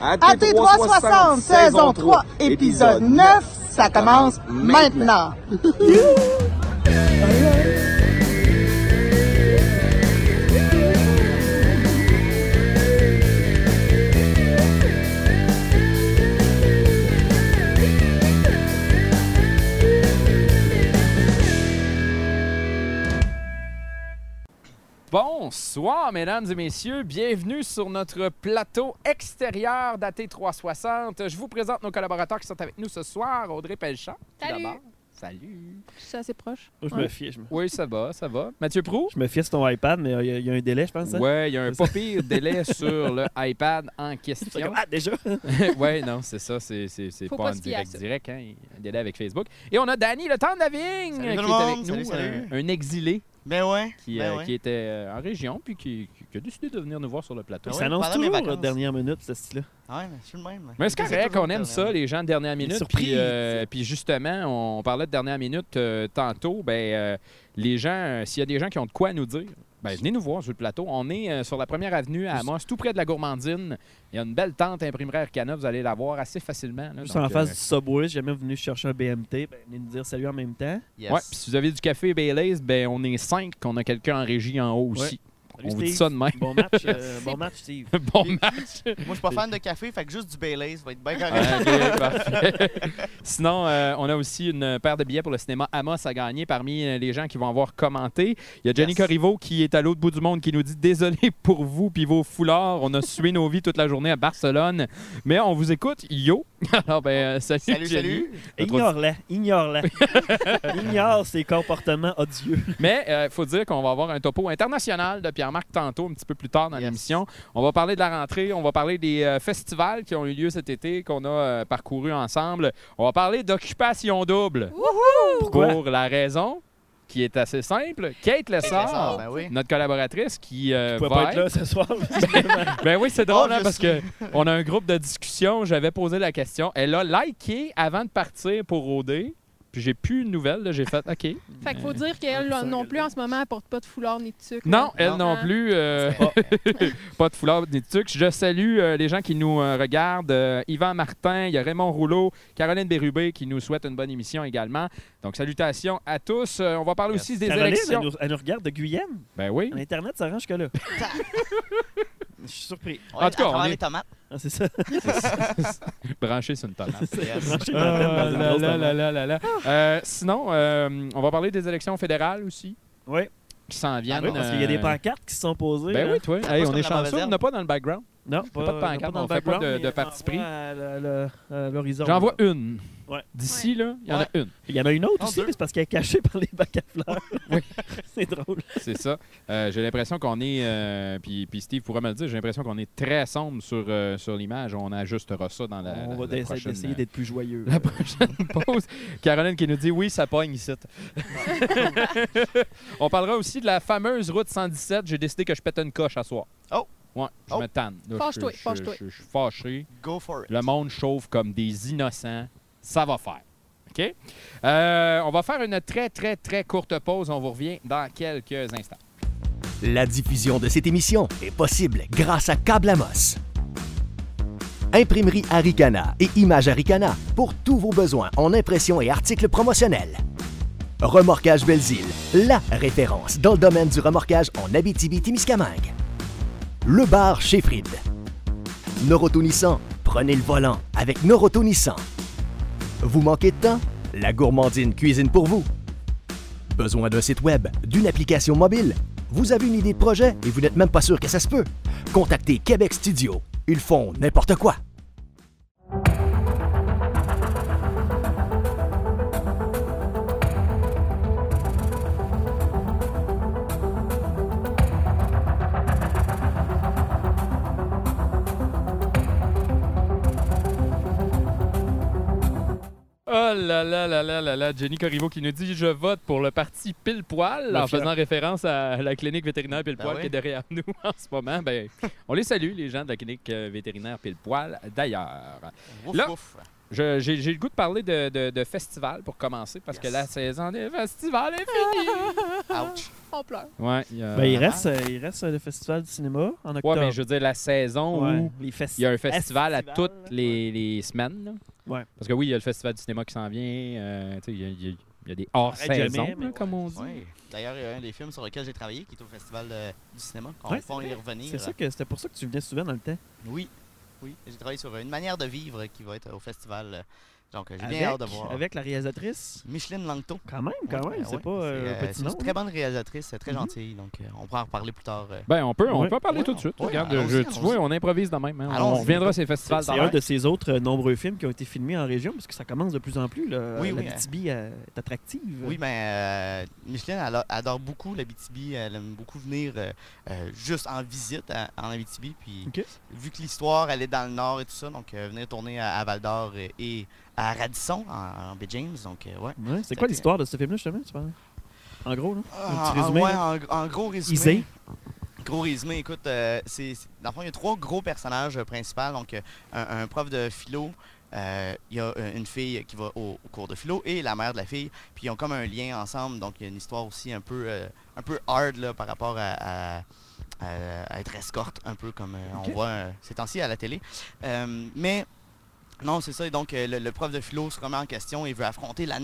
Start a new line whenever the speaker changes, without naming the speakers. AT 360, saison 3, épisode 9, ça commence maintenant.
Bonsoir, mesdames et messieurs. Bienvenue sur notre plateau extérieur d'AT360. Je vous présente nos collaborateurs qui sont avec nous ce soir. Audrey Pelchamp. tout
Salut.
d'abord. Salut.
Je suis assez proche.
Moi, je me fie. Je me,
Oui, ça va, ça va. Mathieu Prou.
je me fie sur ton iPad, mais il y, a- il y a un délai, je pense. hein?
Ouais, il y a un
Ça-
pas pire délai sur le iPad en
C'est
question.
comme, ah, déjà.
ouais, non, c'est ça, c'est, c'est, c'est
Faut
pas
pas
en
se fier à
direct
ça.
direct, hein, un délai avec Facebook. Et on a Danny le temps de la vigne
Salut
euh, qui est
tout le
avec nous,
monde. Salut, salut.
euh, un exilé
Ben ouais.
qui,
ben
euh,
ouais.
qui était euh, en région puis qui, qui- qui a décidé de venir nous voir sur le plateau.
Il
Ah oui,
s'annonce
pendant mes
toujours à la
vacances.
dernière minute, ce style-là.
Ah,
Ah Ouais, mais je suis le même.
Mais c'est
Je sais
correct
toujours
qu'on aime
que-
ça, les gens de dernière minute.
surprise,
Puis, euh, puis justement, on parlait de dernière minute euh, tantôt. Ben, euh, les gens, euh, s'il y a des gens qui ont de quoi nous dire, ben, venez nous voir sur le plateau. On est euh, sur la première avenue à Amos, tout près de la gourmandine. Il y a une belle tente imprimerie Arcana, vous allez la voir assez facilement. là.
Juste
Donc,
en face
euh,
du Subway, si jamais venu chercher un BMT, ben, venez nous dire salut en même temps.
Yes.
ouais, puis si vous avez du café Baileys, ben, on est cinq, qu'on a quelqu'un en régie en haut aussi.
Salut,
on vous
Steve.
dit ça de même.
Bon match, euh, bon match, Steve.
bon match!
Moi, je suis pas fan de café, fait que juste du Baileys va être bien correct.
Ah, ok, parfait. Sinon, euh, on a aussi une paire de billets pour le cinéma Amos à gagner parmi euh, les gens qui vont avoir commenté. Il y a Jenny
Yes.
Corriveau qui est à l'autre bout du monde qui nous dit Désolé pour vous puis vos foulards. On a sué nos vies toute la journée à Barcelone, mais on vous écoute. Yo Alors, ben, euh, salut,
Salut,
Jenny.
salut.
Notre
Ignore-la, ignore-la. ignore ses comportements odieux.
Mais il faut dire qu'on va avoir un topo international de Pierre-Marc tantôt, un petit peu plus tard dans
Yes.
l'émission. On va parler de la rentrée, on va parler des euh, festivals qui ont eu lieu cet été, qu'on a euh, parcouru ensemble. On va parler d'occupation double.
Pourquoi?
Pour la raison qui est assez simple. Kate
Ah,
Lessard,
ben oui.
notre collaboratrice qui euh,
Je pouvais
va
pas être
être-
là ce soir.
ben oui, c'est drôle,
Oh,
hein,
je
parce que on a un groupe de discussion. J'avais posé la question. Elle a liké avant de partir pour rôder. Puis j'ai plus de nouvelles. là. J'ai fait OK.
Fait qu'il faut dire qu'elle
ça,
non
elle-
plus en ce moment, elle porte pas de foulard ni de sucre.
Non,
Non.
elle non,
Ah.
plus. euh, pas de foulard ni de sucre. Je salue euh, les gens qui nous euh, regardent. Euh, Yvan Martin, il y a Raymond Rouleau, Caroline Bérubé qui nous souhaite une bonne émission également. Donc, salutations à tous. Euh, on va parler
Yes.
aussi des
Caroline, elle
élections.
nous, elle nous regarde de Guyane.
Ben oui.
L'Internet, ça range que là. Je suis surpris.
Ouais,
En tout cas,
à
on
travers
est-
les tomates.
Ah, c'est ça.
Branché sur une tomate.
Yes.
Brancher ma tête
Ah,
dans une
là,
grosse
là,
tomate.
là, là, là, là. Euh, sinon, euh, on va parler des élections fédérales aussi,
Oui,
qui s'en viennent.
Ah oui, parce qu'il y a des
euh,
pancartes Ah, qui se sont posées. hein.
Ben
là.
oui, toi. Hey,
Pas
on
sur
est
la mauvaise
chanceux, on
herbe.
n'a pas dans le background.
Non, euh,
pas de pancarte,
dans
on
le
fait pas de-
background,
de
mais
parti pris.
j'en vois à la- la- à l'horizon.
J'en vois une.
Ouais.
D'ici, là, il y en a
Ouais.
une.
Il y en a une autre
Non,
aussi,
deux.
mais c'est parce qu'elle est cachée par les bacs à fleurs.
Oui.
c'est drôle.
C'est ça. Euh, j'ai l'impression qu'on est. euh, puis, puis Steve pourra me le dire, j'ai l'impression qu'on est très sombre sur, euh, sur l'image. On ajustera ça dans la. la-
on va
la
essayer-
prochaine,
euh,
essayer d'être plus joyeux.
La prochaine pause. Caroline qui nous dit oui, ça pogne ici. On parlera aussi de la fameuse route 117. J'ai décidé que je pète une coche à soir.
Oh!
Ouais, je
Oh.
me tanne. Là, je-
Fâche-toi,
je- je-
fâche-toi.
Je je suis fâché.
Go for it.
Le monde chauffe comme des innocents. Ça va faire. OK? Euh, on va faire une très, très, très courte pause. On vous revient dans quelques instants.
La diffusion de cette émission est possible grâce à Câble Amos. Imprimerie Aricana et Images Aricana pour tous vos besoins en impression et articles promotionnels. Remorquage Belzile, la référence dans le domaine du remorquage en Abitibi-Témiscamingue. Le bar chez Fried. Noroto Nissan, prenez le volant avec Noroto Nissan. Vous manquez de temps? La gourmandine cuisine pour vous. Besoin d'un site web, d'une application mobile? Vous avez une idée de projet et vous n'êtes même pas sûr que ça se peut? Contactez Québec Studio. Ils font n'importe quoi.
Oh là là là là là là, Jenny Corriveau qui nous dit Je vote pour le parti pile poil
Le
en
fier.
faisant référence à la clinique vétérinaire pile
Ben
poil
oui.
qui est derrière nous en ce moment. Ben, on les salue, les gens de la clinique euh, vétérinaire pile poil d'ailleurs.
Ouf,
Là.
ouf.
Je- J'ai j'ai le goût de parler de, de- de festival pour commencer parce que
Yes.
la saison des festivals est finie.
Ouch.
On pleure.
ouais, il y a-
Ben, il,
ah.
reste, euh, il reste euh, le festival du cinéma en
Ouais,
octobre.
mais je veux dire la saison
Ouais,
où
les festi-
il y a un festival à
festival,
toutes
là.
les, les semaines. là.
Ouais.
Parce que oui, il y a le festival du cinéma qui s'en vient. euh, tu sais, il y a- il y, a- il y a des hors-saisons,
jamais, mais
là, comme on dit.
Ouais. D'ailleurs, il y a un des films sur lequel j'ai travaillé qui est au Festival euh, du cinéma. On
Ouais,
va y revenir.
C'est ça que c'était pour ça que tu venais souvent dans le temps.
Oui. Oui. J'ai travaillé sur une manière de vivre qui va être au festival. euh, Donc, j'ai
Avec-
bien hâte de voir.
Avec la réalisatrice.
Micheline Langto.
Quand même, quand
Ouais,
même.
ben
C'est
ouais.
pas euh,
euh,
un petit
c'est
nom.
une
hein.
très bonne réalisatrice,
Mm-hmm.
très
Mhm.
gentille. Donc, euh, on pourra en reparler plus tard. euh.
Ben, on peut, on
Ouais.
peut en parler
Ouais,
tout de suite.
ouais,
Regarde,
allons-y,
je- tu
allons-y.
vois, on improvise de même. hein. On
Allons-y.
reviendra à ces festivals
C'est
dans
un de ses autres euh, nombreux films qui ont été filmés en région, parce que ça commence de plus en plus. Là,
Oui,
la
oui,
BTB est attractive.
Oui, mais euh, Micheline elle a- adore beaucoup l'Abitibi. Elle aime beaucoup venir euh, euh, juste en visite à- en Abitibi. Puis,
OK.
vu que l'histoire, elle est dans le nord et tout ça, donc euh, venir tourner à, à Val d'Or et, et à Radisson, en, en Baie James. Donc, euh, ouais.
Ouais, c'est quoi
C'était-
l'histoire de ce film-là, justement, tu parles? En gros, là?
Ah,
Un petit
en-
résumé,
ouais,
là?
en, en gros résumé.
Isée.
Gros résumé, écoute, euh, c'est, c'est- dans le fond, il y a trois gros personnages euh, principaux. Donc, euh, un, un prof de philo, euh, il y a euh, une fille qui va au, au cours de philo et la mère de la fille. Puis, ils ont comme un lien ensemble. Donc, il y a une histoire aussi un peu, euh, un peu hard là, par rapport à, à- à- à être escorte, un peu comme euh,
Ok.
on voit euh, ces temps-ci à la télé. Euh, mais. Non, c'est ça. Et donc, euh, le, le prof de philo se remet en question et veut affronter la